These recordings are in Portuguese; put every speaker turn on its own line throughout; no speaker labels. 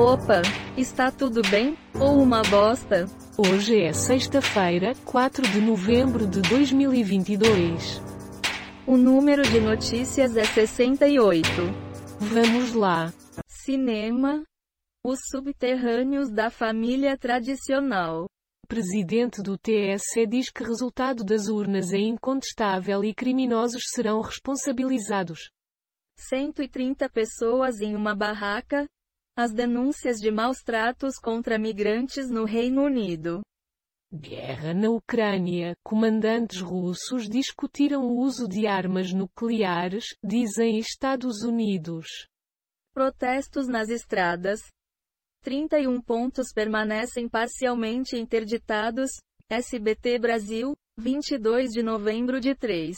Opa, está tudo bem? Ou uma bosta?
Hoje é sexta-feira, 4 de novembro de 2022.
O número de notícias é 68.
Vamos lá.
Cinema. Os subterrâneos da família tradicional.
Presidente do TSE diz que resultado das urnas é incontestável e criminosos serão responsabilizados.
130 pessoas em uma barraca. As denúncias de maus tratos contra migrantes no Reino Unido.
Guerra na Ucrânia. Comandantes russos discutiram o uso de armas nucleares, dizem Estados Unidos.
Protestos nas estradas. 31 pontos permanecem parcialmente interditados. SBT Brasil, 22 de novembro de 3.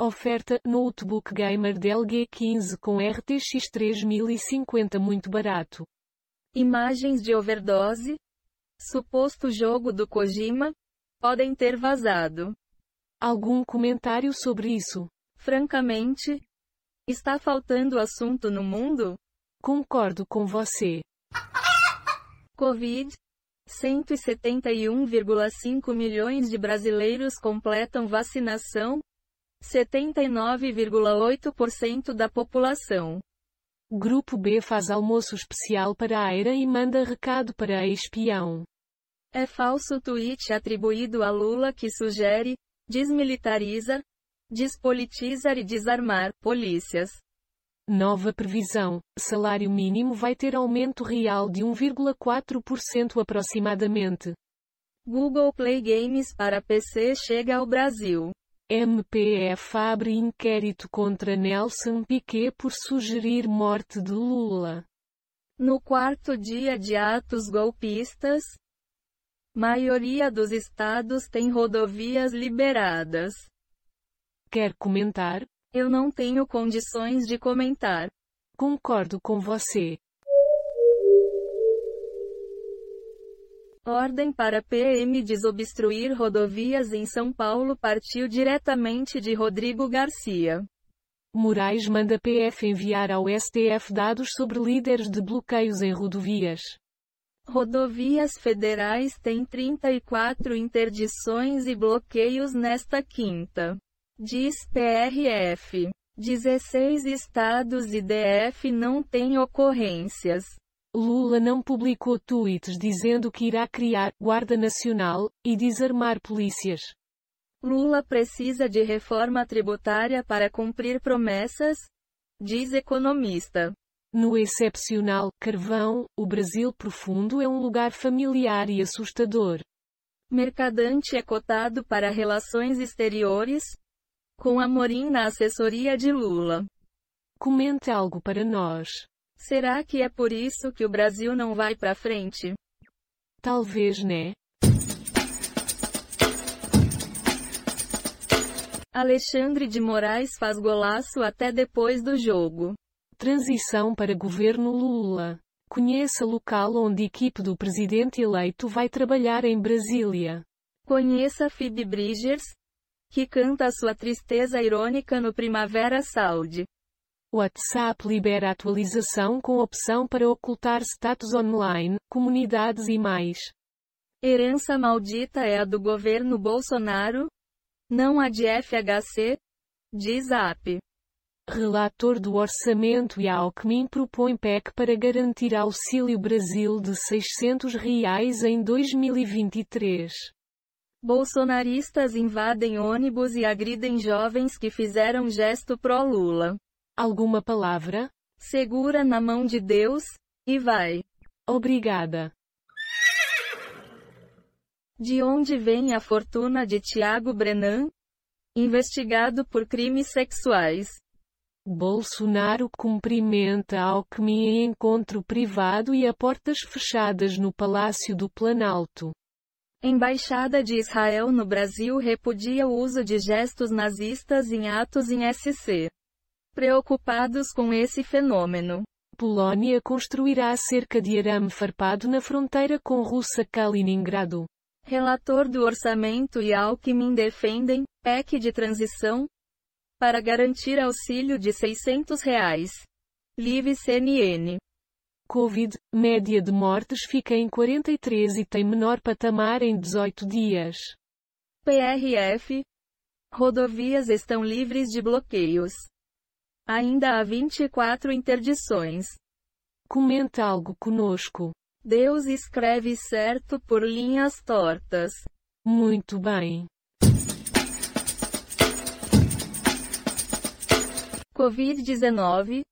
Oferta Notebook Gamer Dell G15 com RTX 3050 muito barato.
Imagens de overdose, suposto jogo do Kojima, podem ter vazado.
Algum comentário sobre isso?
Francamente, está faltando assunto no mundo?
Concordo com você.
Covid. 171,5 milhões de brasileiros completam vacinação, 79,8% da população.
Grupo B faz almoço especial para Aira e manda recado para espião.
É falso tweet atribuído a Lula que sugere, desmilitariza, despolitizar e desarmar polícias.
Nova previsão: salário mínimo vai ter aumento real de 1,4% aproximadamente.
Google Play Games para PC chega ao Brasil.
MPF abre inquérito contra Nelson Piquet por sugerir morte de Lula.
No quarto dia de atos golpistas, maioria dos estados tem rodovias liberadas.
Quer comentar?
Eu não tenho condições de comentar.
Concordo com você.
Ordem para PM desobstruir rodovias em São Paulo partiu diretamente de Rodrigo Garcia.
Moraes manda PF enviar ao STF dados sobre líderes de bloqueios em rodovias.
Rodovias federais têm 34 interdições e bloqueios nesta quinta. Diz PRF. 16 estados e DF não têm ocorrências.
Lula não publicou tweets dizendo que irá criar Guarda Nacional e desarmar polícias.
Lula precisa de reforma tributária para cumprir promessas, diz economista.
No excepcional Carvão, o Brasil profundo é um lugar familiar e assustador.
Mercadante é cotado para relações exteriores, com Amorim na assessoria de Lula.
Comente algo para nós.
Será que é por isso que o Brasil não vai para frente?
Talvez, né?
Alexandre de Moraes faz golaço até depois do jogo.
Transição para governo Lula. Conheça local onde a equipe do presidente eleito vai trabalhar em Brasília.
Conheça Phoebe Bridgers, que canta sua tristeza irônica no Primavera Saúde.
WhatsApp libera atualização com opção para ocultar status online, comunidades e mais.
Herança maldita é a do governo Bolsonaro? Não a de FHC? Diz AP.
Relator do Orçamento e Alckmin propõe PEC para garantir auxílio Brasil de R$ 600 reais em 2023.
Bolsonaristas invadem ônibus e agridem jovens que fizeram gesto pró-Lula
alguma palavra?
Segura na mão de Deus e vai.
Obrigada.
De onde vem a fortuna de Tiago Brenan? Investigado por crimes sexuais.
Bolsonaro cumprimenta Alckmin em encontro privado e a portas fechadas no Palácio do Planalto.
Embaixada de Israel no Brasil repudia o uso de gestos nazistas em atos em SC preocupados com esse fenômeno.
Polônia construirá cerca de arame farpado na fronteira com Rússia Kaliningrado.
Relator do Orçamento e Alckmin defendem PEC de transição para garantir auxílio de R$ 600 reais. Live CNN.
Covid, média de mortes fica em 43 e tem menor patamar em 18 dias.
PRF. Rodovias estão livres de bloqueios. Ainda há 24 interdições.
Comente algo conosco.
Deus escreve certo por linhas tortas.
Muito bem.
Covid-19.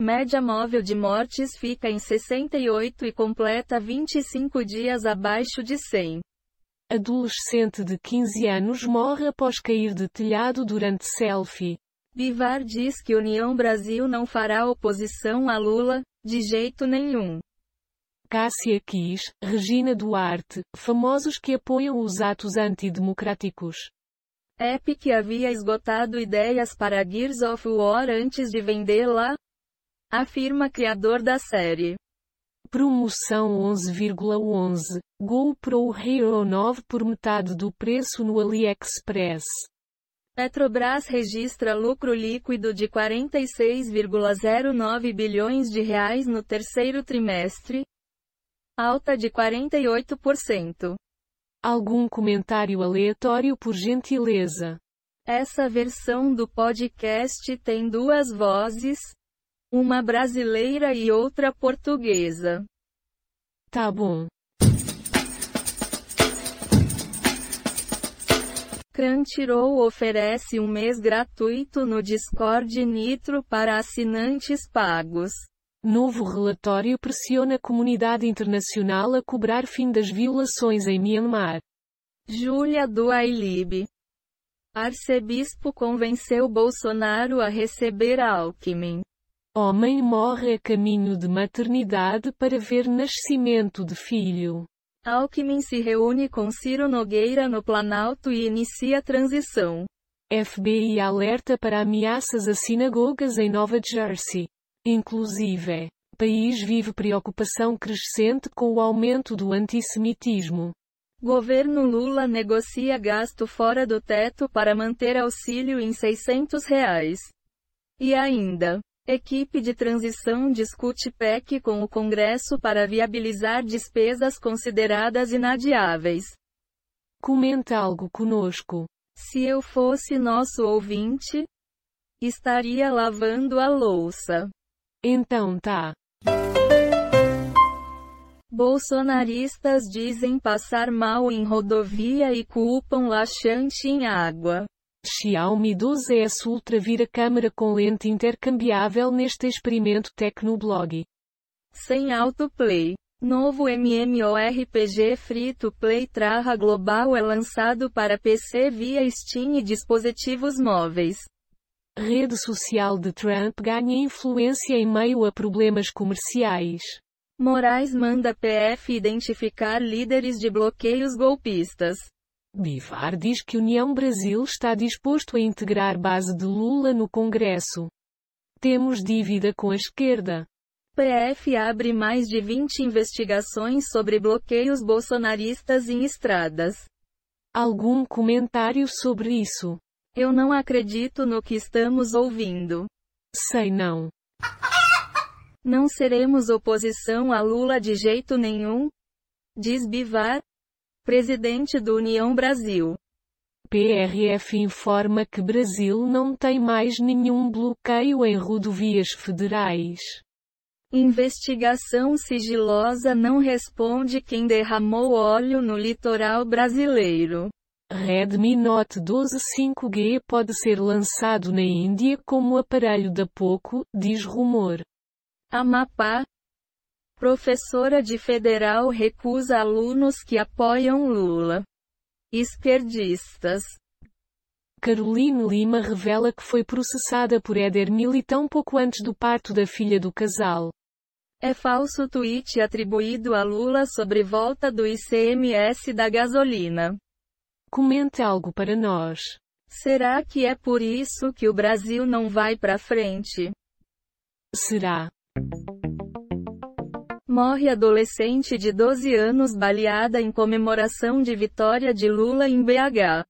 Média móvel de mortes fica em 68 e completa 25 dias abaixo de 100.
Adolescente de 15 anos morre após cair de telhado durante selfie.
Bivar diz que União Brasil não fará oposição a Lula, de jeito nenhum.
Cássia Kiss, Regina Duarte, famosos que apoiam os atos antidemocráticos.
Epic havia esgotado ideias para Gears of War antes de vendê-la? Afirma criador da série.
Promoção 11,11. GoPro Hero 9 por metade do preço no AliExpress.
Petrobras registra lucro líquido de 46,09 bilhões de reais no terceiro trimestre, alta de 48%.
Algum comentário aleatório por gentileza?
Essa versão do podcast tem duas vozes, uma brasileira e outra portuguesa.
Tá bom.
Crunchyroll oferece um mês gratuito no Discord Nitro para assinantes pagos.
Novo relatório pressiona a comunidade internacional a cobrar fim das violações em Myanmar.
Júlia do Ailib. Arcebispo convenceu Bolsonaro a receber Alckmin.
Homem morre a caminho de maternidade para ver nascimento de filho.
Alckmin se reúne com Ciro Nogueira no Planalto e inicia a transição.
FBI alerta para ameaças a sinagogas em Nova Jersey. Inclusive, país vive preocupação crescente com o aumento do antissemitismo.
Governo Lula negocia gasto fora do teto para manter auxílio em R$ 600 reais. E ainda, equipe de transição discute PEC com o Congresso para viabilizar despesas consideradas inadiáveis.
Comenta algo conosco.
Se eu fosse nosso ouvinte, estaria lavando a louça.
Então tá.
Bolsonaristas dizem passar mal em rodovia e culpam laxante em água.
Xiaomi 12S Ultra vira câmera com lente intercambiável neste experimento Tecnoblog.
Sem autoplay. Novo MMORPG Free to Play Trarra Global é lançado para PC via Steam e dispositivos móveis.
Rede social de Trump ganha influência em meio a problemas comerciais.
Moraes manda PF identificar líderes de bloqueios golpistas.
Bivar diz que União Brasil está disposto a integrar base de Lula no Congresso. Temos dívida com a esquerda.
PF abre mais de 20 investigações sobre bloqueios bolsonaristas em estradas.
Algum comentário sobre isso?
Eu não acredito no que estamos ouvindo.
Sei não.
Não seremos oposição a Lula de jeito nenhum? Diz Bivar, presidente do União Brasil.
PRF informa que Brasil não tem mais nenhum bloqueio em rodovias federais.
Investigação sigilosa não responde quem derramou óleo no litoral brasileiro.
Redmi Note 12 5G pode ser lançado na Índia como aparelho da pouco, diz rumor.
Amapá. Professora de federal recusa alunos que apoiam Lula. Esquerdistas.
Caroline Lima revela que foi processada por Éder Militão pouco antes do parto da filha do casal.
É falso tweet atribuído a Lula sobre volta do ICMS da gasolina.
Comente algo para nós.
Será que é por isso que o Brasil não vai para frente?
Será?
Morre adolescente de 12 anos baleada em comemoração de vitória de Lula em BH.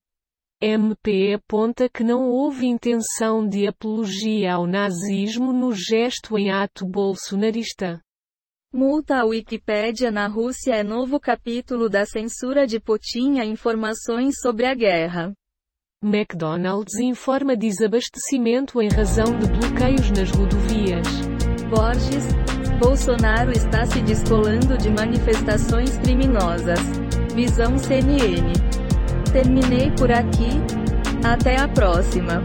MP aponta que não houve intenção de apologia ao nazismo no gesto em ato bolsonarista.
Multa à Wikipédia na Rússia é novo capítulo da censura de Putin a informações sobre a guerra.
McDonald's informa desabastecimento em razão de bloqueios nas rodovias.
Borges, Bolsonaro está se descolando de manifestações criminosas. Visão CNN. Terminei por aqui. Até a próxima.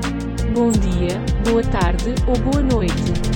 Bom dia, boa tarde ou boa noite.